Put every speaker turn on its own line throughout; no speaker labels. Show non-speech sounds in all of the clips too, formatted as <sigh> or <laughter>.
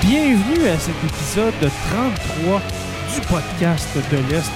bienvenue à cet épisode 33 du podcast de l'Est.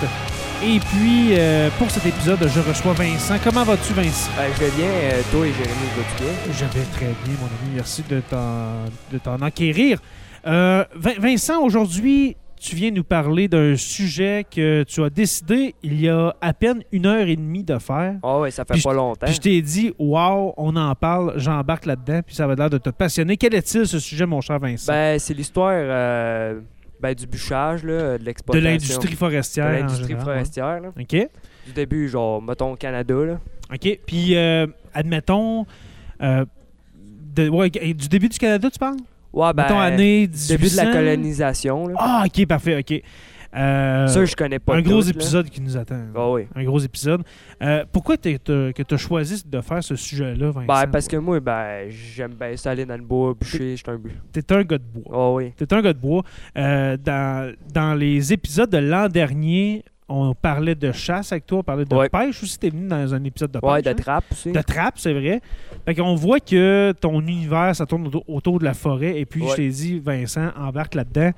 Et puis, euh, pour cet épisode, je reçois Vincent. Comment vas-tu, Vincent?
Ben, je vais bien, euh, toi et Jérémy, vous bien?
Je vais très bien, mon ami. Merci de t'en, de t'en acquérir. Euh, Vin- Vincent, aujourd'hui, tu viens nous parler d'un sujet que tu as décidé il y a à peine une heure et demie de faire.
Oh, ouais, ça fait
Puis
pas longtemps.
Puis je t'ai dit, wow, on en parle, j'embarque là-dedans, puis ça va l'air de te passionner. Quel est-il ce sujet, mon cher Vincent?
Ben, c'est l'histoire euh, ben, du bûchage, là, de
de
l'exploitation.
l'industrie
De
forestière. en
l'industrie
général,
forestière, là.
ouais. OK.
Du début, genre, mettons, au Canada, là.
OK. Puis, euh, admettons, euh, de- ouais, du début du Canada, tu parles?
Ouais, ben,
mettons, année 1800.
début de la colonisation, là.
Ah, OK, parfait, OK. Euh,
ça, je connais pas
un
tout,
gros
là.
épisode qui nous attend.
Ah oui.
Un gros épisode. Euh, pourquoi t'es- t'as- que tu as choisi de faire ce sujet-là, Vincent?
Ben, parce que moi, ben, j'aime bien ça aller dans le bois, bûcher, je suis un but.
T'es un gars de bois.
Oh, oui.
T'es un gars de bois. Euh, dans, dans les épisodes de l'an dernier, on parlait de chasse avec toi, on parlait de
Ouais.
pêche aussi. T'es venu dans un épisode de pêche.
Ouais, de
hein?
trappe aussi.
de trappe, c'est vrai. Fait qu'on voit que ton univers, ça tourne auto- autour de la forêt. Et puis,
Ouais.
je t'ai dit, Vincent, embarque là-dedans.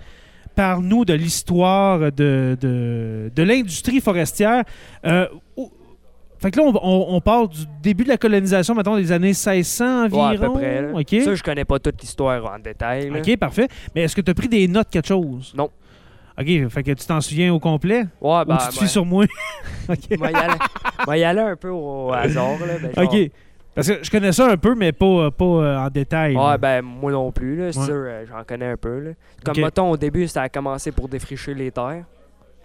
Parle-nous de l'histoire de, de, de l'industrie forestière. Euh, où- Fait que là, on, on- on part du début de la colonisation, mettons, des années 1600 environ.
Ouais, à peu près, là.
OK.
Ça, je connais pas toute l'histoire en détail, là.
OK, parfait. Mais est-ce que tu as pris des notes, quelque chose?
Non.
OK, fait que tu t'en souviens au complet?
Ouais, ben,
ou tu te
ouais.
fies sur moi? OK.
Moi, y aller, moi, y aller un peu au hasard, là. ben, genre,
Euh, OK. Parce que je connais ça un peu, mais pas, euh, pas euh, en détail. là.
Ouais, ben moi non plus, là. C'est
Ouais.
sûr, euh, j'en connais un peu, là. Comme,
Ok.
mettons, au début, ça a commencé pour défricher les terres.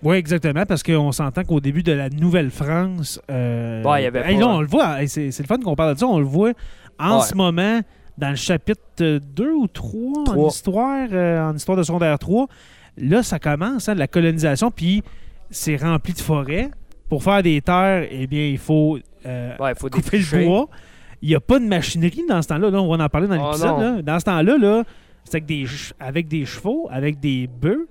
Oui, exactement, parce qu'on s'entend qu'au début de la Nouvelle-France. euh,
Ouais, il y avait
hey,
pas-
là,
hein.
on le voit, hey, c'est c'est le fun qu'on parle de ça, on le voit en
Ouais.
ce moment dans le chapitre 2 ou 3 en
Trois.
histoire, euh, en histoire de secondaire 3. Là, ça commence, hein, de la colonisation, puis c'est rempli de forêts. Pour faire des terres, eh bien, il faut euh,
Ouais, il faut
couper
défricher.
le bois. Il n'y a pas de machinerie dans ce temps-là. Là, on va en parler dans
Oh
l'épisode.
non.
là. dans ce temps-là, là, c'est avec des, ch- avec des chevaux, avec des bœufs.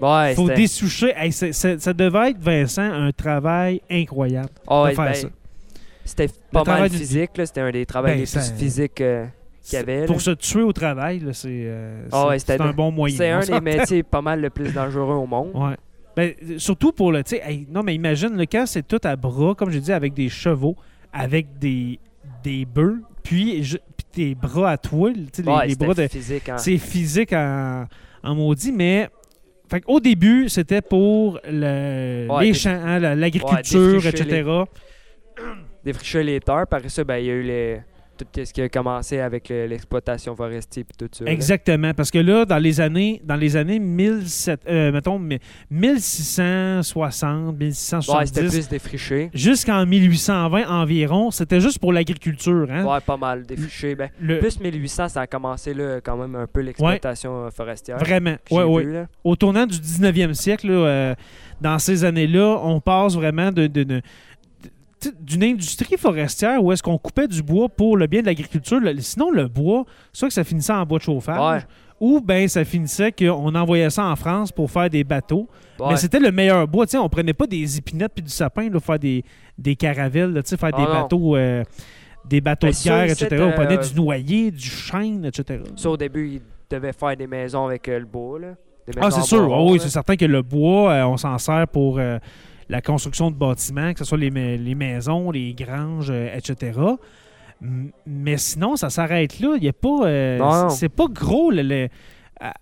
Ouais,
Faut
c'était-
dessoucher. Hey, c'est- c'est- ça devait être, Vincent, un travail incroyable
Ah, ouais,
de faire
ben,
ça.
C'était pas
travail
mal
d'une-
physique, là. C'était un des travaux
Ben,
les
ça-
plus physiques. euh, qu'il y avait,
C'est- Pour
là.
se tuer au travail, là, c'est euh,
Ah
c'est-
ouais,
c'est
c'était-
un bon moyen.
C'est
on
un des
s'entend.
métiers pas mal le plus dangereux au monde.
Ouais. Ben, euh, surtout pour le. tu sais, hey, non, mais imagine, le quand c'est tout à bras, comme j'ai dit, avec des chevaux, avec des, des bœufs, puis, je- puis tes bras à toi, tu sais, les,
Ouais,
les bras de.
c'était physique, hein.
C'est physique en, en maudit, mais. Fait au début, c'était pour le-
Ouais,
les
des-
champs, hein, la- l'agriculture,
défricher
etc.
Défricher les terres, par ça, ben, il y a eu les... tout ce qui a commencé avec le- l'exploitation forestière et tout ça. là.
Exactement, parce que là, dans les années, dans les années 1700, euh, mettons, mais 1660,
Ouais, c'était
1670,
plus défriché.
jusqu'en 1820 environ, c'était juste pour l'agriculture. Hein?
Ouais, pas mal défriché. Ben,
Le-
plus 1800, ça a commencé là, quand même un peu l'exploitation euh, forestière.
vraiment,
que
ouais,
j'ai
ouais.
vue, là.
Au tournant du 19e siècle, là, euh, dans ces années-là, on passe vraiment de- de- de- de- d'une industrie forestière où est-ce qu'on coupait du bois pour le bien de l'agriculture. Le- Sinon, le bois, soit que ça finissait en bois de chauffage,
Ouais.
ou bien ça finissait qu'on envoyait ça en France pour faire des bateaux.
Ouais.
Mais c'était le meilleur bois. tu sais, on prenait pas des épinettes puis du sapin là, pour faire des, des caravelles, là, tu sais, faire
Ah
des
non.
bateaux, euh, des bateaux
Ben,
de guerre,
ça,
etc.
c'était,
On prenait
euh,
du noyer, du chêne, etc.
Ça, au début, ils devaient faire des maisons avec euh, le bois, là. Des
Ah,
maisons
c'est
en
sûr.
bois
Ah
rond,
oui,
là.
c'est certain que le bois, euh, on s'en sert pour euh, la construction de bâtiments, que ce soit les, ma- les maisons, les granges, euh, etc. M- Mais sinon, ça s'arrête là. Il y a pas. euh,
Non.
c'est c'est pas gros. le- le- à- à-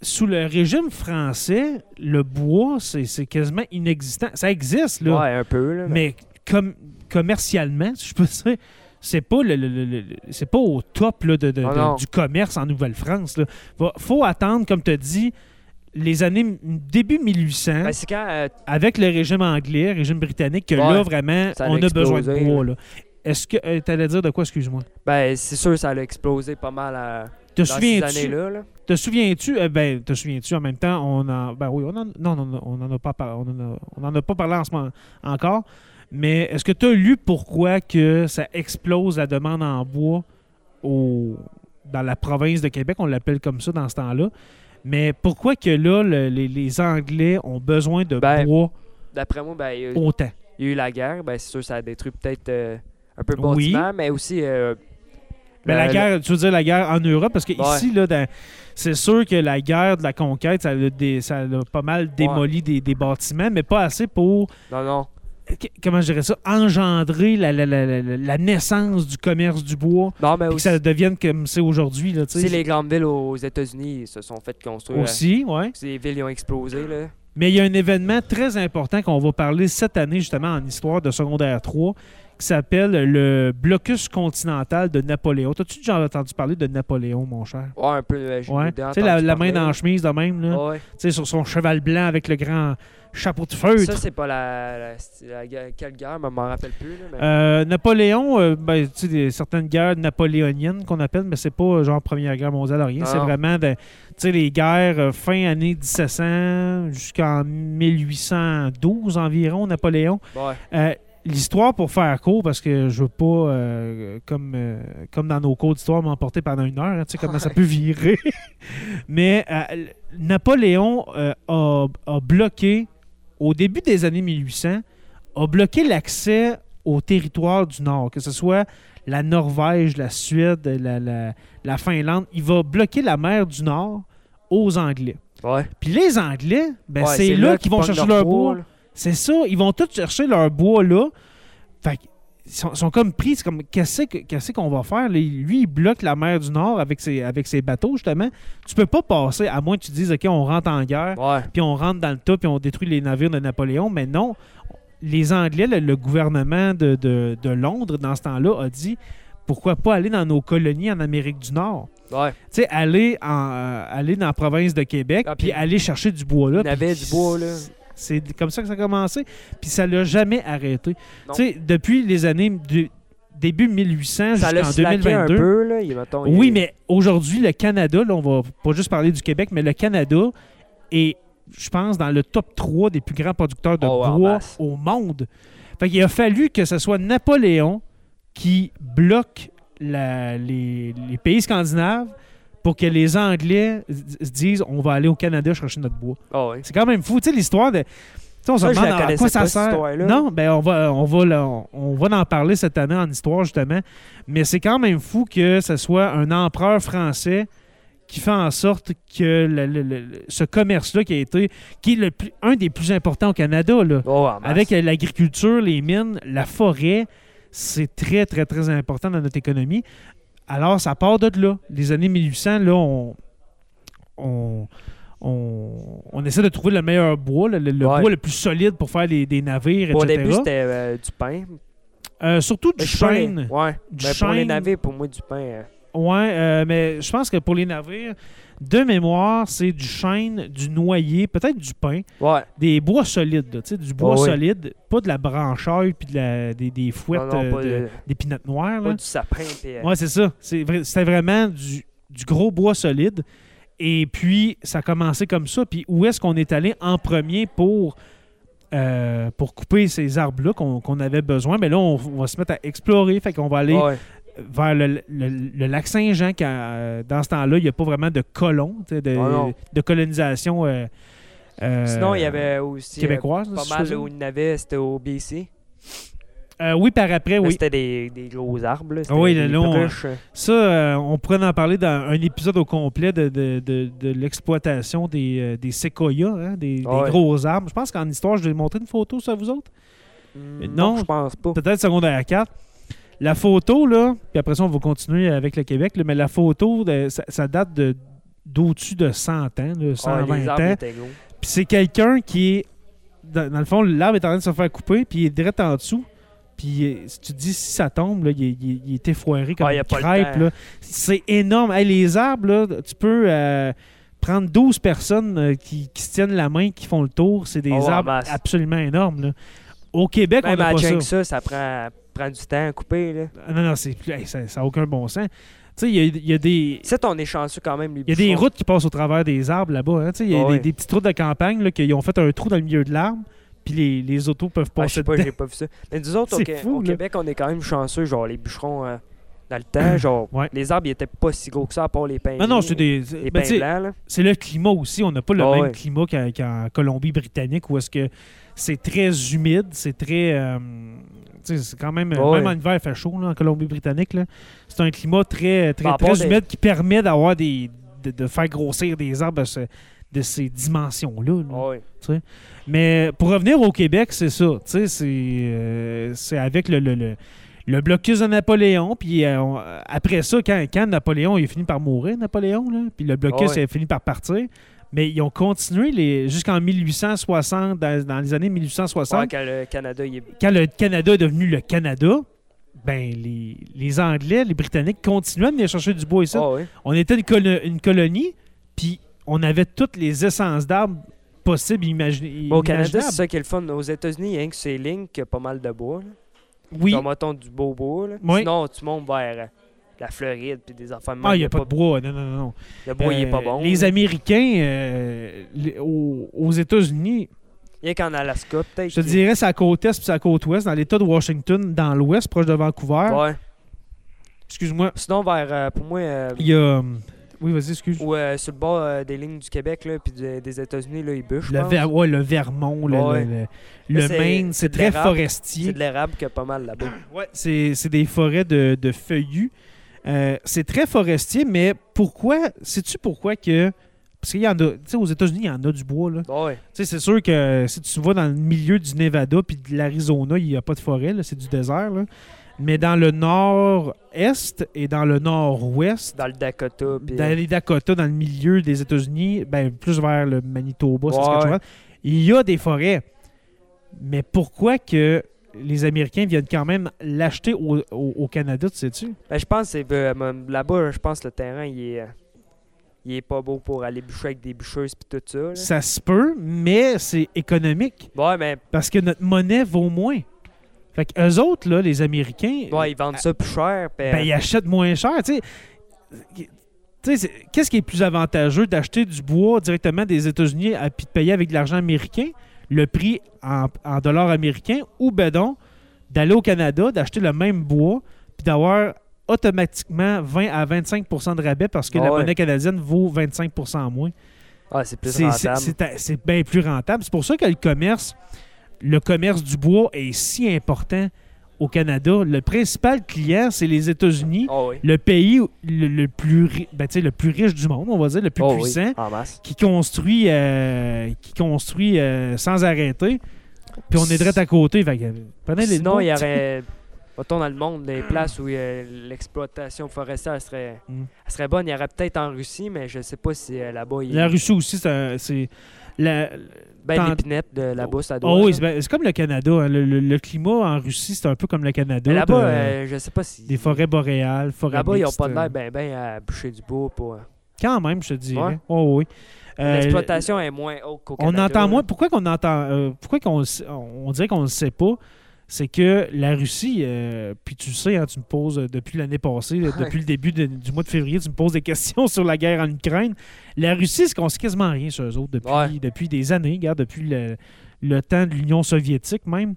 sous le régime français, le bois, c'est c'est quasiment inexistant. Ça existe, là.
Ouais, un peu, là.
Mais com- commercialement, si je peux <laughs> dire, c'est pas le, le- le- le- le- c'est pas au top là, de, de-
Ah
de-
non.
du commerce en Nouvelle-France. là. Va- Faut attendre, comme tu as dit, les années m- début 1800
Ben, c'est quand. euh,
avec le régime anglais, régime britannique, que
Ouais.
là vraiment
Ça a
on a besoin de
explosé,
bois. là. Est-ce que tu allais dire de quoi Excuse-moi.
ben, c'est sûr, ça a explosé pas mal à...
Te
dans ces
souviens-tu
années-là, là.
Te souviens-tu euh, Ben, te souviens-tu en même temps On en, ben oui, on en, non, non, non, on en a pas, par- on en a, on en a pas parlé en ce moment encore. Mais est-ce que tu as lu pourquoi que ça explose la demande en bois au, dans la province de Québec On l'appelle comme ça dans ce temps-là. Mais pourquoi que là, le- les, les Anglais ont besoin de
Ben,
bois
D'après moi, ben, il y a-
autant
il y a eu la guerre. Ben, c'est sûr, ça a détruit peut-être euh, un peu le
Oui.
bâtiment, mais aussi euh,
Mais Ben, la,
Euh,
guerre, tu veux dire la guerre en Europe? Parce que
Ouais.
ici, là, dans- c'est sûr que la guerre de la conquête, ça l'a dé- ça l'a pas mal démoli des, des bâtiments, mais pas assez pour,
Non, non.
qu- comment je dirais ça, engendrer la, la- la- la- la naissance du commerce du bois,
Non, mais
et que
Euh, aussi,
ça devienne comme c'est aujourd'hui. Là, tu
tu sais,
sais.
les grandes villes aux États-Unis se sont faites construire. euh,
Aussi, ouais.
Ces villes ils ont explosé, là.
Mais il y a un événement très important qu'on va parler cette année, justement, en histoire de secondaire 3, qui s'appelle le blocus continental de Napoléon. T'as-tu déjà entendu parler de Napoléon, mon cher?
Ouais, un peu. euh, j'ai
Ouais. Tu
déjà
sais, la,
entendu
la main
parler. Ah.
dans la chemise de même, là.
Ouais.
Tu sais, sur son cheval blanc avec le grand chapeau de feutre.
Ça, c'est pas la, la, la guerre- Quelle guerre, je m'en rappelle plus. Là, mais...
Euh, Napoléon, euh, ben, tu sais, des- certaines guerres napoléoniennes qu'on appelle, mais c'est pas euh, genre Première Guerre mondiale ou rien.
Non.
C'est vraiment de- tu sais, les guerres euh, fin année 1700 jusqu'en 1812 environ, Napoléon.
Ouais.
Euh, L'histoire, pour faire court, parce que je veux pas, euh, comme, euh, comme dans nos cours d'histoire, m'emporter pendant une heure, hein, tu sais comment <laughs> ça peut virer. Mais euh, l- Napoléon euh, a, a bloqué, au début des années 1800, a bloqué l'accès au territoire du Nord, que ce soit la Norvège, la Suède, la, la- la Finlande. Il va bloquer la mer du Nord aux Anglais.
Ouais.
Puis les Anglais, ben,
Ouais,
c'est là, qu'ils vont
pognent
chercher leur bois.
poids, là.
C'est ça, ils vont tous chercher leur bois là. Fait que, ils sont, sont comme pris, c'est comme qu'est-ce que- qu'est-ce qu'on va faire? Là, Lui, il bloque la mer du Nord avec ses, avec ses bateaux, justement. Tu peux pas passer, à moins que tu dises OK, on rentre en guerre,
Ouais.
puis on rentre dans le tas, puis on détruit les navires de Napoléon. Mais non, les Anglais, le, le gouvernement de, de- de Londres, dans ce temps-là, a dit pourquoi pas aller dans nos colonies en Amérique du Nord?
Ouais.
Tu sais, aller, en, euh, aller dans la province de Québec,
Ah,
puis
puis
aller chercher du bois là.
Il y avait
puis-
du bois, là.
c'est comme ça que ça a commencé. Puis ça l'a jamais arrêté.
Non.
Tu sais, depuis les années du- début 1800
Ça l'a
jusqu'en
slacké un
2022.
peu, là. Il, mettons, il-
Oui, mais aujourd'hui, le Canada, là, on va pas juste parler du Québec, mais le Canada est, je pense, dans le top 3 des plus grands producteurs de
Oh, en
bois
masse.
au monde. Fait qu'il a fallu que ce soit Napoléon qui bloque la- les, les pays scandinaves pour que les Anglais se disent on va aller au Canada chercher notre bois.
Ah ouais.
C'est quand même fou, tu sais, l'histoire de. tu sais, on se
Ça, je
demande
la
à
connaissais
quoi ça
pas, cette
sert.
histoire-là.
non, ben on va, on, va, la- on, on va en parler cette année en histoire, justement. Mais c'est quand même fou que ce soit un empereur français qui fait en sorte que le- le- le- ce commerce-là, qui a été, qui est le plus- un des plus importants au Canada, là,
Oh, en masse.
avec euh, l'agriculture, les mines, la forêt, c'est très, très, très important dans notre économie. Alors, ça part de là. Les années 1800, là, on, on, on, on essaie de trouver le meilleur bois, le, le- le
Ouais.
bois le plus solide pour faire des, des navires,
Pour le
etc.
début, c'était euh, du pain.
Euh, surtout
Mais
du
je suis pas allé-
chêne.
Ouais.
Du
Ben, pour les
chêne.
navires, pour moi, du pain. euh,
Ouais, euh, mais je pense que pour les navires, de mémoire, c'est du chêne, du noyer, peut-être du pin.
Ouais.
Des bois solides, là, tu sais, du bois
Ah ouais.
solide, pas de la branchaille puis de la, des, des fouettes
Non, non,
euh,
pas,
de-
de-
des pinottes noires.
pas
Là.
du sapin. puis, euh,
Ouais, c'est ça. C'est vrai- C'était vraiment du, du gros bois solide. Et puis, ça a commencé comme ça. Puis, où est-ce qu'on est allé en premier pour, euh, pour couper ces arbres-là qu'on qu'on avait besoin? Mais là, on, on va se mettre à explorer. Fait qu'on va aller
ouais.
vers le, le- le lac Saint-Jean. qui a, euh, dans ce temps-là, il n'y a pas vraiment de colons, tu sais, de,
Ah non.
de colonisation. euh, euh,
Sinon, il y avait aussi. euh,
québécoise. là,
Pas
si je
mal
peux dire.
au navet, c'était au BC.
Euh, oui, par après,
Là,
oui.
C'était des, des gros arbres. Là. C'était
oui,
des
là, on-
bruches.
Ça, euh, on pourrait en parler dans un épisode au complet de, de- de- de l'exploitation des, euh, des séquoias, hein, des, des
Ouais.
gros arbres. Je pense qu'en histoire, je vais montrer une photo, ça, vous autres.
Hmm,
Mais non.
Non, je pense pas.
Peut-être secondaire 4. La photo, là, puis après ça, on va continuer avec le Québec, là, mais la photo, de- ça, ça date de d'au-dessus de 100 ans, de 120
Ah, les arbres
ans.
étaient gros.
Puis c'est quelqu'un qui est. Dans, dans le fond, l'arbre est en train de se faire couper, puis il est direct en dessous. Puis euh, si tu dis si ça tombe, là, il, est- il est- il est effoiré comme
Ah, il y
une
a pas le
crêpe.
temps.
là. C'est énorme. Hey, les arbres, là, tu peux euh, prendre 12 personnes euh, qui, qui se tiennent la main, qui font le tour. C'est des
Oh, en
arbres
masse.
absolument énormes. là. Au Québec,
Même
on a
à
pas
Jack,
ça.
ça, ça prend, prend du temps à couper. Là.
Ah, Non, non, c'est plus- hey, ça n'a aucun bon sens. Tu sais, il y a- il y a des.
C'est on est chanceux quand même. les
Il y a des
bouchons.
routes qui passent au travers des arbres là-bas. hein, tu sais, Il y a
Ah
des,
ouais.
des petites routes de campagne là, qu'ils ont fait un trou dans le milieu de l'arbre, puis les, les autos peuvent
Ah,
passer
je sais pas,
dedans.
j'ai pas vu ça. Mais nous autres, au,
C'est
Qué-
fou,
au
là.
Québec, on est quand même chanceux. Genre, les bûcherons, euh, dans le
<clears throat>
temps, genre,
Ouais.
les arbres, ils étaient pas si gros que ça, à part les pins.
Ah non,
gris,
c'est des.
Les
ben,
pins
tu sais,
blancs, là.
c'est le climat aussi. On n'a pas le
Ah
même
ouais.
climat qu'en, qu'en Colombie-Britannique où est-ce que c'est très humide, c'est très. euh, tu sais, Tu sais, C'est quand même,
Ouais.
même en hiver, il fait chaud là, en Colombie-Britannique. là. C'est un climat très, très,
Par
très
rapport Bah, des-
humide qui permet d'avoir des, de, de faire grossir des arbres à ce- de ces dimensions-là. là.
Ah oui.
Mais pour revenir au Québec, c'est ça. Tu sais, c'est euh, c'est avec le, le, le- le blocus de Napoléon. Puis euh, on- euh, après ça, quand, quand Napoléon il finit par mourir, Napoléon, là, puis le blocus
Ah ouais.
il a fini par partir. Mais ils ont continué les- jusqu'en 1860, dans, dans les années 1860,
Ouais, quand le Canada, il est...
quand le Canada est devenu le Canada. Ben, les, les Anglais, les Britanniques continuaient de venir chercher du bois ici.
Ah oui.
On était une, colo- une colonie, puis on avait toutes les essences d'arbres possibles et imaginables.
Bon, au Canada, c'est ça qui est le fun. Aux États-Unis, il y a rien que ces lignes qui a pas mal de bois. Là.
Oui. Ah,
T'as, mettons, du beau bois. Là.
Oui.
Sinon, tu montes vers euh, la Floride puis des affaires. de même.
Ah, il n'y a pas de bois. Non, non, non, non.
Le bois, il est pas
Euh,
bon.
Les
là.
Américains, euh, les- aux, aux États-Unis,
Rien qu'en Alaska, peut-être.
je te
qu'il-
dirais, c'est à côte est puis c'est à côte ouest, dans l'État de Washington, dans l'ouest, proche de Vancouver.
Ouais.
Excuse-moi.
Sinon, vers, euh, pour moi, euh,
Il y a. euh, Oui, vas-y, excuse.
ou, euh, sur le bord euh, des lignes du Québec là, puis de- des États-Unis, là, ils bûchent.
Le,
je pense.
Ver- ouais, le Vermont, le,
Ouais.
le- le- le
C'est-
Maine,
c'est
c'est
de
très
l'érable.
forestier.
C'est de l'érable qui a pas mal là-bas.
Ouais, c'est c'est des forêts de, de feuillus. Euh, c'est très forestier, mais pourquoi, sais-tu pourquoi que. Parce qu'il y en a, tu sais, aux États-Unis, il y en a du bois, là.
Ouais.
Tu sais, c'est sûr que euh, si tu vas dans le milieu du Nevada puis de l'Arizona, il n'y a pas de forêt, là, c'est du désert. là. Mais dans le nord-est et dans le nord-ouest,
Dans le Dakota. Puis, euh,
dans les Dakota, dans le milieu des États-Unis, ben, plus vers le Manitoba,
Ouais.
Saskatchewan, il y a des forêts. Mais pourquoi que les Américains viennent quand même l'acheter au, au- au Canada, tu sais-tu?
Ben, je pense que c'est, euh, m- là-bas, je pense que le terrain, il est, euh, il est pas beau pour aller bûcher avec des bûcheuses puis tout ça. là.
Ça se peut, mais c'est économique
Ouais, mais
parce que notre monnaie vaut moins. Fait que eux autres, là, les Américains,
ouais, ils vendent ça plus cher. puis,
Ah. ben, ils achètent moins cher. tu sais. Tu sais, c'est- Qu'est-ce qui est plus avantageux d'acheter du bois directement des États-Unis à- puis de payer avec de l'argent américain, le prix en, en dollars américains, ou ben donc d'aller au Canada, d'acheter le même bois, puis d'avoir automatiquement 20 à 25 de rabais parce que la
Ah ouais.
monnaie canadienne vaut 25 en moins.
ah, c'est plus
C'est- c'est-
rentable.
C'est à- c'est bien plus rentable. C'est pour ça que le commerce, le commerce du bois est si important au Canada. Le principal client, c'est les États-Unis,
Ah oui.
le pays où- le, le plus, ri- ben, tu sais, le plus riche du monde, on va dire, le plus
Ah oui,
puissant,
En masse.
qui construit, euh, qui construit euh, sans arrêter. Puis on est direct à côté. Fait que, prenez les
Sinon,
bois,
il y
tu sais.
aurait. Mettons dans le monde,
Ah.
des places où euh, l'exploitation forestière serait,
Mm.
elle serait bonne. Il y aurait peut-être en Russie, mais je sais pas si euh, là-bas. il-
La Russie aussi, ça- c'est. la-
Ben,
Tant-
l'épinette de là-bas, ça doit.
Oh oui,
ça.
c'est ben, c'est comme le Canada. hein. Le, le- le climat en Russie, c'est un peu comme le Canada.
Mais là-bas,
T'as-
euh, je sais pas si.
Des forêts boréales, forêts
Là-bas, ils ont
mixtes,
pas de
euh,
l'air ben, ben à bûcher du bois. Pour... euh,
Quand même, je te dirais.
Ouais.
Oh, oui. Euh,
L'exploitation est moins haute qu'au
on
Canada, là.
entend moins. Pourquoi qu'on entend. euh, pourquoi qu'on le sait- on, on dirait qu'on ne le sait pas? C'est que la Russie, euh, puis tu le sais, hein, tu me poses euh, depuis l'année passée, euh, depuis le début de- du mois de février, tu me poses des questions <laughs> sur la guerre en Ukraine. La Russie, c'est qu'on sait quasiment rien sur eux autres depuis,
Ouais.
depuis des années, regarde, depuis le, le temps de l'Union soviétique même.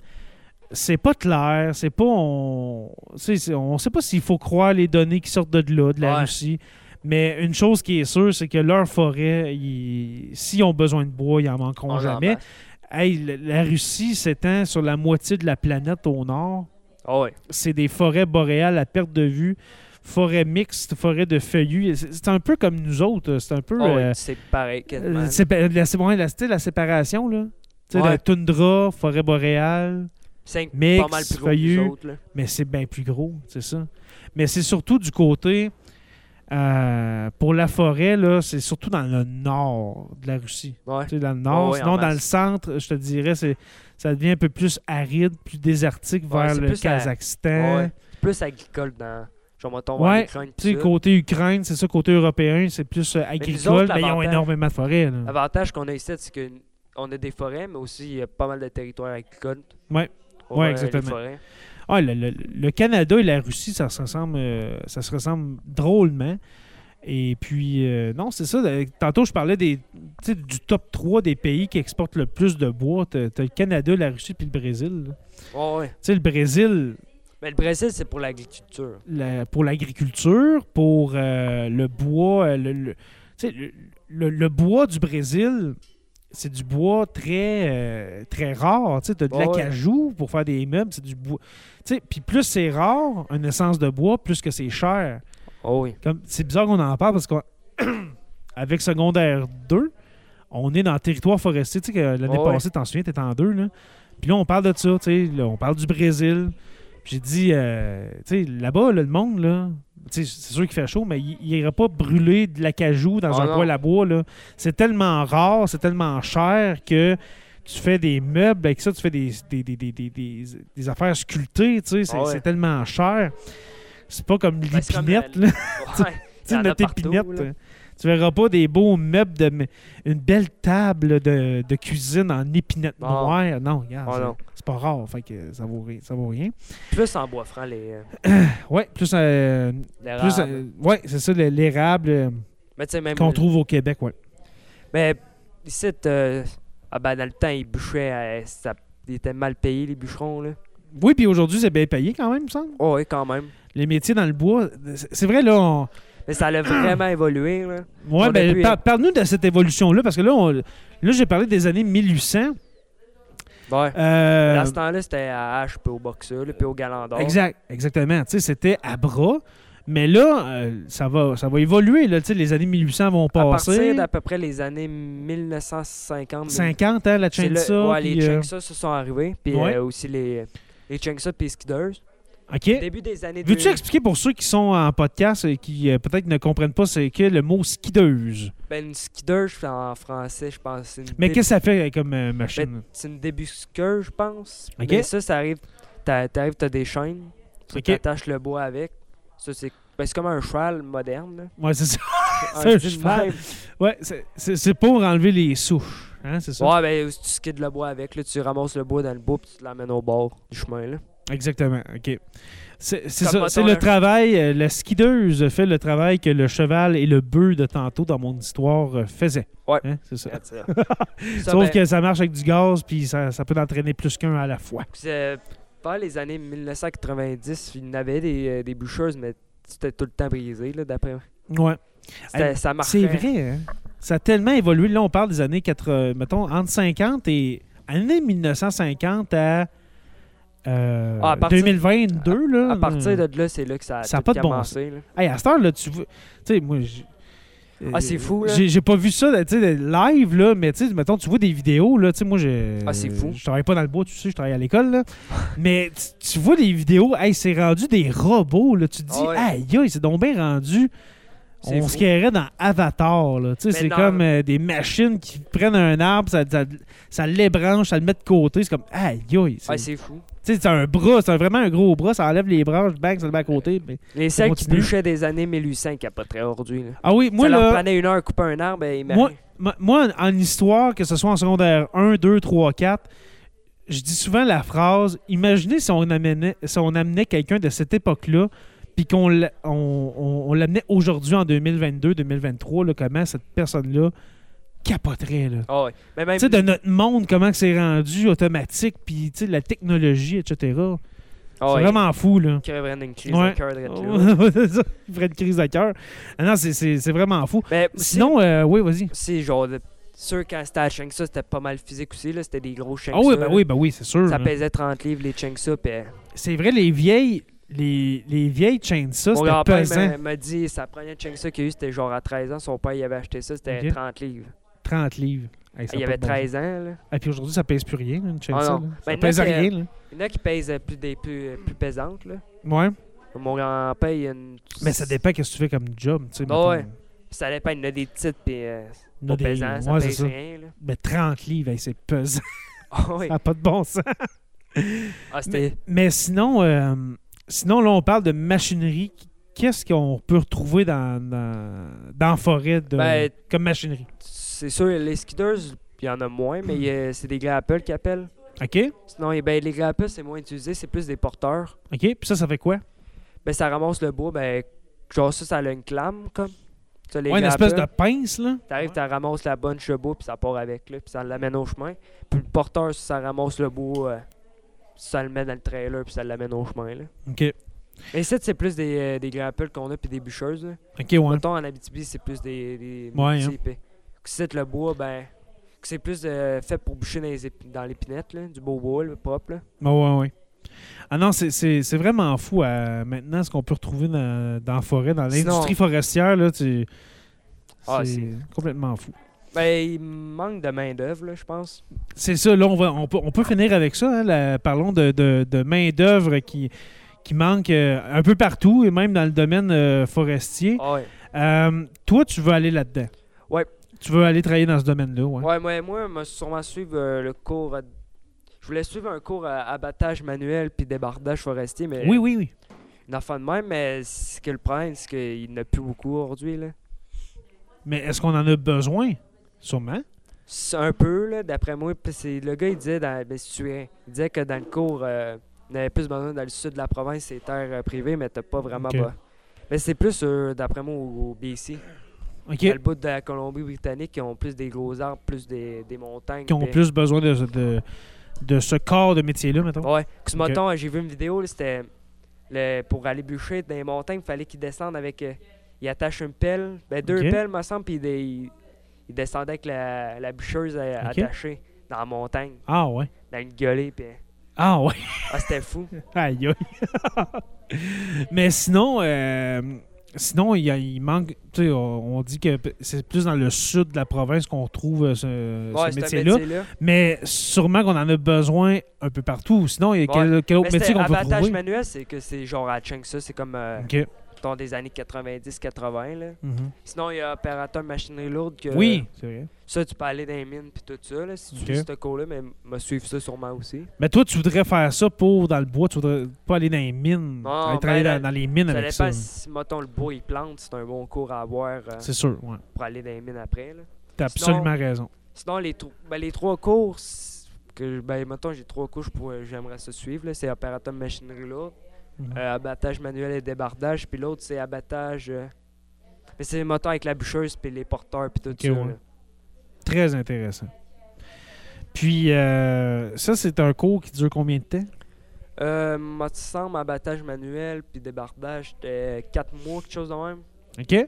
C'est pas clair, c'est pas. On c'est- c'est- on sait pas s'il faut croire les données qui sortent de là, de la
Ouais.
Russie. Mais une chose qui est sûre, c'est que leur forêt, ils- s'ils ont besoin de bois, ils en manqueront
On en
jamais.
masse.
Hey, le- la Russie s'étend sur la moitié de la planète au nord.
Ah oui.
C'est des forêts boréales à perte de vue, forêts mixtes, forêts de feuillus. C'est c'est un peu comme nous autres. C'est un peu.
Ah oui,
euh,
c'est pareil. quasiment.
euh, sépa- la, sé- ouais, la- tu sais, la séparation, là. Tu sais,
Ouais.
la toundra, forêt boréale.
Cinq,
mix,
pas mal plus gros que
feuillus.
les autres. là.
mais c'est bien plus gros, c'est ça. Mais c'est surtout du côté, euh, pour la forêt, là, c'est surtout dans le nord de la Russie.
Ouais.
Tu sais, dans le nord,
Ah ouais, en
sinon dans
masse.
le centre, je te dirais, c'est ça devient un peu plus aride, plus désertique
Ouais,
vers
c'est
le
plus la-
Kazakhstan.
Ouais. Plus agricole dans. Genre, mettons,
Ouais,
vers l'Ukraine.
Tu sais,
pis ça.
côté Ukraine, c'est ça, côté européen, c'est plus euh, agricole,
autres,
mais, ils ont
l'avantage-
énormément de forêts. là.
L'avantage qu'on a ici, c'est qu'on a des forêts, mais aussi il y a pas mal de territoires agricoles.
Ouais.
Pour,
Ouais,
euh, les
exactement.
forêts.
Ah, le, le- le Canada et la Russie, ça se ressemble, euh, ça se ressemble drôlement. Et puis, euh, non, c'est ça. euh, Tantôt, je parlais des, tu sais, du top 3 des pays qui exportent le plus de bois. T'as t'as le Canada, la Russie puis le Brésil. là.
Ouais, ouais.
Tu sais, le Brésil,
Mais le Brésil, c'est pour l'agriculture.
la- pour l'agriculture, pour euh, le bois, euh, le, le- tu sais, le- le- le bois du Brésil, c'est du bois très, euh, très rare. Tu as de
Ouais,
l'acajou pour faire des meubles, c'est du bois. Tu sais, Puis plus c'est rare, une essence de bois, plus que c'est cher.
Oh oui.
Comme- C'est bizarre qu'on <clears throat> en parle parce qu'avec secondaire 2, on est dans le territoire forestier. Tu sais, que l'année
Ouais, ouais.
passée, t'en souviens, t'étais en 2. Là. Puis là, on parle de ça. tu sais, là, on parle du Brésil. Puis J'ai dit, euh, tu sais, là-bas, là, le monde, là, tu sais, c'est sûr qu'il fait chaud, mais il il irait pas brûler de l'acajou dans
Ah
un
non.
poêle à bois. là. C'est tellement rare, c'est tellement cher que tu fais des meubles, avec ça, tu fais des, des, des, des, des, des- des affaires sculptées. tu sais, C'est
Ah ouais.
c'est tellement cher. C'est pas comme
Ben, c'est comme
l'épinette.
la-
là.
Ouais.
Tu
Il y
sais,
en a
notre
partout,
épinette,
là.
euh, tu verras pas des beaux meubles, de, mais une belle table de, de cuisine en épinette
Non.
noire. Non, regarde,
Oh
ça-
Ah. non.
c'est pas rare, fait que ça vaut, ri- ça vaut rien.
Plus en bois franc, les. euh,
Ouais, plus, euh,
l'érable.
plus euh, ouais, c'est ça, le- l'érable euh,
Mais tu sais, même.
qu'on trouve au Québec, ouais.
Mais ici, euh, ah ben, dans le temps, ils bûchaient. euh, ça... Ils étaient mal payés, les bûcherons, là.
Oui, puis aujourd'hui, c'est bien payé quand même, il me semble.
Oh oui, quand même.
Les métiers dans le bois, euh, c'est c'est vrai, là, on-
Mais
<clears throat>
ça a vraiment évolué, là.
Ouais,
On a hein.
ben,
pu-
par- parle-nous de cette évolution-là, parce que là, on- là j'ai parlé des années 1800.
Ouais.
Euh,
Dans ce temps-là, c'était à hache, puis au boxeur, là, puis au galandor.
Exact, exactement. Tu sais, c'était à bras. Mais là, euh, ça, va, ça va évoluer. Là. Tu sais, les années 1800 vont
À
passer.
partir d'à peu près les années 1950.
50, hein, la
c'est là-
chainsaw.
ouais, les
puis, euh,
Chainsaw se sont arrivés. Puis
Ouais.
euh, aussi les, les Chainsaw puis les Skidders.
OK.
Début des années
Veux-tu
2000.
expliquer pour ceux qui sont en podcast et qui euh, peut-être ne comprennent pas c'est que le mot skideuse?
Ben, une Skidder, je- en français, je pense. c'est une
Mais
dé-
qu'est-ce que ça fait euh, comme euh, machine?
C'est une débusqueuse, je pense.
Ok.
Mais ça, ça arrive. t'a- T'arrives, t'as des chaînes. Tu
Ok.
t'attaches le bois avec. Ça, c'est. ben, c'est comme un cheval moderne. là.
Ouais, c'est ça. <laughs>
Un
C'est un
style de
cheval.
même.
Ouais, c'est- c'est c'est pour enlever les souches. Hein, c'est ça?
Ouais, ben, tu skides le bois avec. Là, tu ramasses le bois dans le bois puis tu l'amènes au bord du chemin. Là.
Exactement. OK. C'est c'est
Comme
ça. C'est
mettons
le
un-
travail. euh, La skideuse fait le travail que le cheval et le bœuf de tantôt dans mon histoire euh, faisaient.
Ouais.
Hein, c'est ça.
Ça,
Sauf <laughs>
ben,
que ça marche avec du gaz, puis ça, ça peut entraîner plus qu'un à la fois.
Puis, euh, Vers les années 1990, il y en avait des, euh, des bûcheuses, mais c'était tout le temps brisé, là, d'après.
Ouais.
C'était-
Hey,
ça marchait.
C'est vrai, hein? Ça a tellement évolué. Là, on parle des années 80, mettons, entre 50 et. Années 1950 à. euh,
Ah, à partir-
2022, là.
À partir de là, c'est là que ça a,
Ça a
tout
pas de bon
commencé. là.
Hey, à cette heure, là, tu vois. Tu sais, moi. j'- euh,
Ah, c'est fou, là.
J'ai j'ai pas vu ça tu sais, live, là, mais tu sais, mettons, tu vois des vidéos, là. Tu sais, moi, je.
Ah, c'est fou.
Je travaille pas dans le bois, tu sais, je travaille à l'école, là. <laughs> mais tu, tu vois des vidéos, hey, c'est rendu des robots, là. Tu te dis,
Ah ouais.
aïe, aïe, c'est donc bien rendu.
C'est
On
fou.
se créerait dans Avatar, là. Tu sais,
Mais
c'est
non.
comme euh, des machines qui prennent un arbre, ça, ça, ça l'ébranche, ça le met de côté. C'est comme, aïe, aïe. c'est-
Ah, c'est fou.
Tu sais, c'est un bras, c'est un- vraiment un gros bras, ça enlève les branches, bang, ça le met à côté. mais-
Les celles qui
continue.
bûchaient des années 1800 qui très aujourd'hui. Là.
Ah oui, moi,
ça
là.
leur prenait une heure à couper un arbre et ils
Moi-
marraient.
Moi- Moi, en en histoire, que ce soit en secondaire 1, 2, 3, 4, je dis souvent la phrase Imaginez si on amenait, si on amenait quelqu'un de cette époque-là, puis qu'on l'a- on, on- on l'amenait aujourd'hui en 2022, 2023, là, comment cette personne-là capoterait. Là.
Ah ouais. Mais même,
Tu sais, de notre monde, comment que c'est rendu automatique, puis tu sais, la technologie, etc.
Ah
c'est
ouais.
vraiment fou. là.
Ils creveraient une
<laughs>
crise
Ouais.
de cœur de là.
C'est ça, Il ferait une crise de cœur. Ah non, c'est- c'est c'est vraiment fou.
Mais sinon,
Sinon, euh, oui, vas-y.
c'est Ben, genre. de- Sûr, quand c'était à Chainsaw, c'était pas mal physique aussi. Là. C'était des gros
Ah
Chainsaw.
oui, ben
là.
oui, ben oui, c'est sûr.
Ça
là.
pesait 30 livres, les Chainsaw. Puis, euh,
C'est vrai, les vieilles, les, les vieilles chainsaws,
Mon
c'était
grand-père
pesant.
m'a- m'a dit, sa première chainsaw qu'il a eu, c'était genre à 13 ans. Son père, il avait acheté ça, c'était
Ok.
30 livres.
30 livres. Hey, ça
il
a pas
avait
de bon
13 ans. Là.
sens. Et puis aujourd'hui, ça pèse plus rien, là, une chainsaw.
Ah non.
là. ça
Maintenant,
pèse
c'est-
rien. Là.
Il y en a qui pèsent euh, plus, des plus, euh, plus pesantes. Là.
Ouais.
Mon grand-père, il a une.
Mais ça dépend qu'est-ce que tu fais comme job. tu sais,
Ah ouais.
mettons.
Ça dépend, il y en a des petites, puis euh,
Il y en
pas
a des-
pesant, ça
ouais, c'est
pèse
ça.
rien. Là. <laughs>
Mais 30 livres, hey, c'est pesant.
Ah oui.
Ça n'a pas de bon sens.
Ah, c'était.
Mais sinon, euh, sinon, là, on parle de machinerie. Qu'est-ce qu'on peut retrouver dans, dans, dans la forêt de,
Ben,
comme machinerie?
C'est sûr, les skidders, il y en a moins, mais euh, c'est des grapples qu'ils appellent.
OK?
Sinon, eh ben, les grapples, c'est moins utilisé, c'est plus des porteurs.
OK? Puis ça, ça fait quoi?
Ben, ça ramasse le bois, ben, genre ça, ça a une clame, comme. Ça, les
Ouais, une espèce de
grapples.
pince, là.
T'arrives, tu ramasses la bonne chevaux, puis ça part avec, là, puis ça l'amène au chemin. Puis le porteur, ça ramasse le bois, euh, ça le met dans le trailer, puis ça l'amène au chemin, là.
OK.
Mais ça, c'est plus des, euh, des grapples qu'on a, puis des bûcheuses, là.
OK, ouais.
Mettons, en Abitibi, c'est plus des, des
Ouais,
petits
hein.
épais. Si c'est le bois, ben, que c'est plus euh, fait pour boucher dans, les épi- dans l'épinette, là, du beau bois, là, propre. là.
Oui, ouais, ouais. Ah non, c'est- c'est c'est vraiment fou euh, maintenant ce qu'on peut retrouver dans, dans la forêt, dans
Sinon-
l'industrie forestière. Là, tu-
Ah,
c'est complètement fou.
Ben, il manque de main-d'œuvre, là, je pense.
C'est ça, là, on, va, on, peut, on peut finir avec ça. hein, la- parlons de, de- de main-d'œuvre qui, qui manque euh, un peu partout et même dans le domaine euh, forestier.
Ah ouais.
Euh, toi, tu veux aller là-dedans.
Ouais.
Tu veux aller travailler dans ce domaine-là, ouais.
Ouais, moi, moi, je sûrement suivre euh, le cours. à- Je voulais suivre un cours à abattage manuel puis débardage forestier, mais
Oui, oui, oui.
une enfant de même, mais ce que le problème, c'est qu'il n'y en a plus beaucoup aujourd'hui. Là.
Mais est-ce qu'on en a besoin? Sûrement.
C'est un peu, là, d'après moi, puis c'est, le gars, il disait, dans, ben, si tu es- il disait que dans le cours, euh, on avait plus besoin dans le sud de la province, c'est terres euh, privées, mais t'as pas vraiment
Ok.
pas. Mais c'est plus, euh, d'après moi, au, au BC.
OK.
Dans le bout de la Colombie-Britannique, qui ont plus des gros arbres, plus des, des montagnes.
Qui ont
puis-
plus besoin de, de, de ce corps de métier-là, mettons.
Ouais. Parce que, mettons, j'ai vu une vidéo, là, c'était le- pour aller bûcher dans les montagnes, il fallait qu'ils descendent avec. euh, ils attachent une pelle, ben deux
Ok.
pelles, me semble, puis des- ils ils descendaient avec la, la bûcheuse euh,
Ok.
attachée dans la montagne,
Ah ouais.
dans une gueulée, puis.
Ah ouais. <laughs>
Ah, c'était fou.
Aïe aïe. <laughs> Mais sinon, euh, sinon il, y a- il manque. Tu sais, on, on dit que p- c'est plus dans le sud de la province qu'on retrouve euh, ce,
Ouais,
ce
c'est un
métier-là.
métier-là.
mais sûrement qu'on en a besoin un peu partout. Sinon, il y a quel, quel
Mais
autre métier
c'était
qu'on peut
abattage
trouver?
manuel, c'est que c'est genre à Cheng, ça, c'est comme euh,
Ok.
mettons, des années 90-80. là.
Mhm.
Sinon, il y a opérateur machinerie lourde que.
Oui, c'est vrai.
Ça, tu peux aller dans les mines, puis tout ça, là, si tu
Ok.
fais ce cours-là, mais me suivre ça sûrement aussi.
Mais toi, tu voudrais faire ça pour dans le bois, tu voudrais pas aller dans les mines.
Non,
aller travailler
ben,
dans, dans les mines
Ça
avec ça.
dépend si, mettons, le bois, il plante. C'est un bon cours à avoir euh,
C'est sûr, ouais.
pour aller dans les mines après. là.
T'as
Sinon-
absolument raison.
Sinon, les, tro- ben, les trois cours, c'est- que, ben, mettons, j'ai trois cours, je pourrais- j'aimerais ça suivre. là. C'est opérateur machinerie lourde,
Mhm.
euh, abattage manuel et débardage, puis l'autre, c'est abattage... euh, mais c'est les moteurs avec la bûcheuse, puis les porteurs, puis tout
Ok,
ça.
ouais.
là.
Très intéressant. Puis, euh, ça, c'est un cours qui dure combien de temps?
Euh, moi, tu semble, abattage manuel, puis débardage, c'était 4 mois, quelque chose de même.
OK?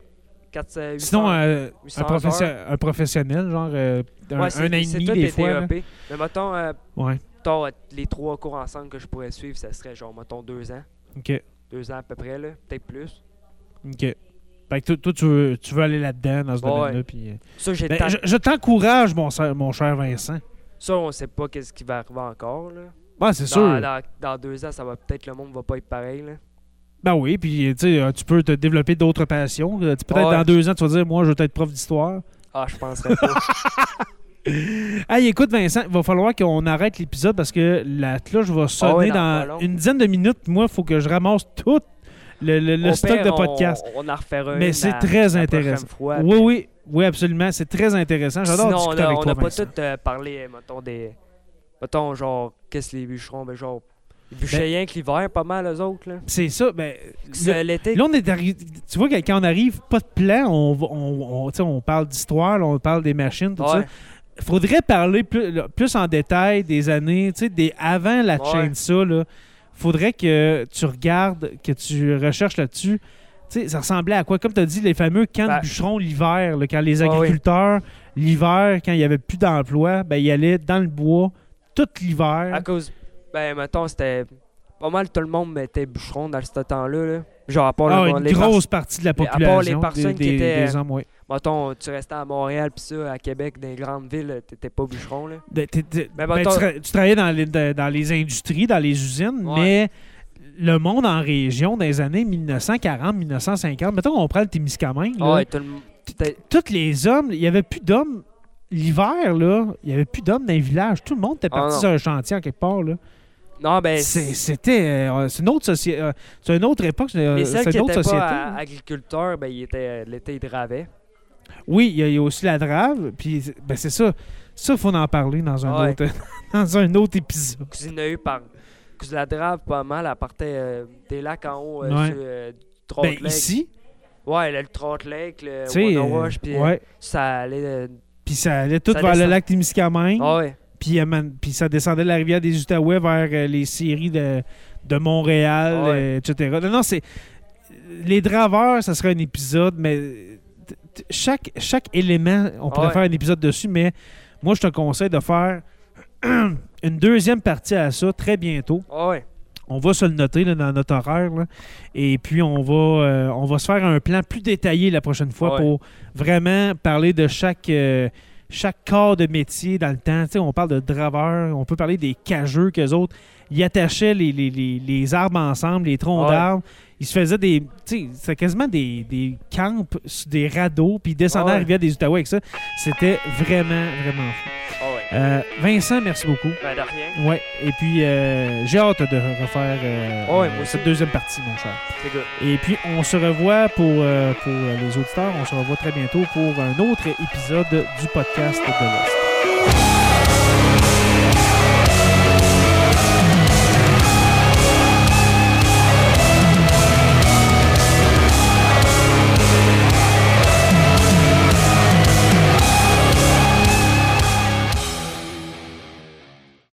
4, euh, 800
Sinon, euh, un,
800
professe- un professionnel, genre euh, un,
Ouais,
un
c'est-
an et
c'est
demi
tout
des
des
fois. là.
DEP. Mais mettons, euh,
Ouais,
mettons, euh, les trois cours ensemble que je pourrais suivre, ça serait genre, mettons, deux ans.
OK.
Deux ans à peu près, là, peut-être plus.
OK. Fait que toi, toi, tu, veux, tu veux aller là-dedans, dans ce
Ouais.
domaine-là. puis, euh,
Ça, j'ai
ben,
tant-
je je t'encourage, mon, cher- mon cher Vincent.
ça, on sait pas qu'est-ce qui va arriver encore, Bah, là.
Ouais, c'est
dans,
sûr.
Dans, dans deux ans, ça va peut-être, le monde va pas être pareil, là.
Ben oui, puis tu sais, euh, tu peux te développer d'autres passions. Euh, tu- Peut-être
Ouais.
dans deux ans, tu vas dire, moi, je veux être prof d'histoire.
Ah, je penserais
<laughs>
pas.
Hey, écoute, Vincent, il va falloir qu'on arrête l'épisode parce que la cloche va sonner
Ah ouais, dans pas
dans
long.
une dizaine de minutes. Moi, il faut que je ramasse tout le, le- le
Au
stock
pire,
de
on-
podcasts.
On, en refait
Mais c'est très intéressant. Oui, oui, oui, absolument. C'est très intéressant. J'adore
Sinon,
discuter
on a-
avec
on
toi,
n'a pas
Vincent.
tout euh, parlé, euh, mettons, des. Mettons, genre, qu'est-ce que les bûcherons, ben genre. Ils bûchaient
Ben-
rien que l'hiver, pas mal, eux autres, là.
C'est ça. Ben, le-
C'est L'été,
là, on est arri- Tu vois que quand on arrive, pas de plan. On, va- on, on- tu sais, on parle d'histoire, là, on parle des machines, tout
ouais.
ça. faudrait parler plus, là, plus en détail des années, tu sais, des avant la
Ouais.
chainsaw, là. Faudrait que tu regardes, que tu recherches là-dessus. Tu sais, ça ressemblait à quoi? Comme tu as dit, les fameux camps
Ben-
de bûcherons l'hiver, là, quand les
Ah oui.
agriculteurs, l'hiver, quand il n'y avait plus d'emploi, ben, ils allaient dans le bois tout l'hiver.
À cause. Ben, mettons, c'était. Pas mal tout le monde était bûcheron dans ce temps-là. là. Genre, à part
Ah,
le
une
les
grosse partie de la
à part les
population,
personnes
des,
qui
des-
étaient-
des hommes, oui.
pars- Mettons, tu restais à Montréal, puis ça, à Québec, dans les grandes villes, t'étais pas bûcheron, là.
Ben, t'es- t'es-
Ben,
ben,
mettons-
tu, tra- tu travaillais dans les, de- dans les industries, dans les usines,
Ouais.
mais le monde en région dans les années 1940, 1950, mettons qu'on prend le Témiscamingue, là,
Ah ouais, tout le monde. t'étais-
tous les hommes, il n'y avait plus d'hommes. L'hiver, là, il n'y avait plus d'hommes dans les villages. Tout le monde était
Ah
parti
non.
sur un chantier en quelque part. Là.
Non, ben.
C'est- C'était euh, c'est une autre société. c'est une autre époque, c'est
Les celles
c'est
qui
une autre
étaient
société.
pas euh, agriculteurs, ben, ils étaient, l'été, ils dravaient.
Oui, il y, a- il y a aussi la drave. Puis ben, c'est ça. Ça, faut en parler dans un,
Ouais.
autre, <laughs> dans un autre épisode.
Parce qu'il y en a eu par. Parce que la drave, pas mal, elle partait euh, des lacs en haut, euh,
Ouais.
sur, euh, du Trout
Ben,
Lake.
ici,
Ouais, le Trot Lake, le
tu sais.
Wanawash,
euh,
euh, puis euh,
ouais.
ça allait. euh,
Puis ça allait tout
Ça
vers le
descend.
lac Témiscamingue.
ah ouais.
Puis, euh, man- puis ça descendait la rivière des Outaouais vers euh, les séries de, de Montréal,
Ah Ouais.
euh, etc. Non, non, c'est. euh, Les draveurs, ça serait un épisode, mais t- t- chaque, chaque élément, on pourrait
Ah Ouais.
faire un épisode dessus, mais Moi, je te conseille de faire <clears throat> une deuxième partie à ça très bientôt.
Ah ouais.
On va se le noter là, dans notre horaire. là. Et puis, on va, euh, on va se faire un plan plus détaillé la prochaine fois
Ouais.
pour vraiment parler de chaque, euh, chaque corps de métier dans le temps. Tu sais, on parle de draveurs, on peut parler des cageux qu'eux autres. Ils attachaient les, les, les- les arbres ensemble, les troncs
Ouais.
d'arbres. Ils se faisaient des. Tu sais, c'était quasiment des, des camps sur des radeaux, puis ils descendaient à la
Ouais.
rivière des Outaouais avec ça. C'était vraiment, vraiment fou.
Ah ouais.
Euh, Vincent, merci beaucoup.
Ben de rien.
Ouais, et puis euh, j'ai hâte de refaire euh,
Ouais, moi
euh,
aussi.
cette deuxième partie, mon cher.
C'est good.
Et puis on se revoit pour, euh, pour euh, les auditeurs, on se revoit très bientôt pour un autre épisode du podcast de l'Est.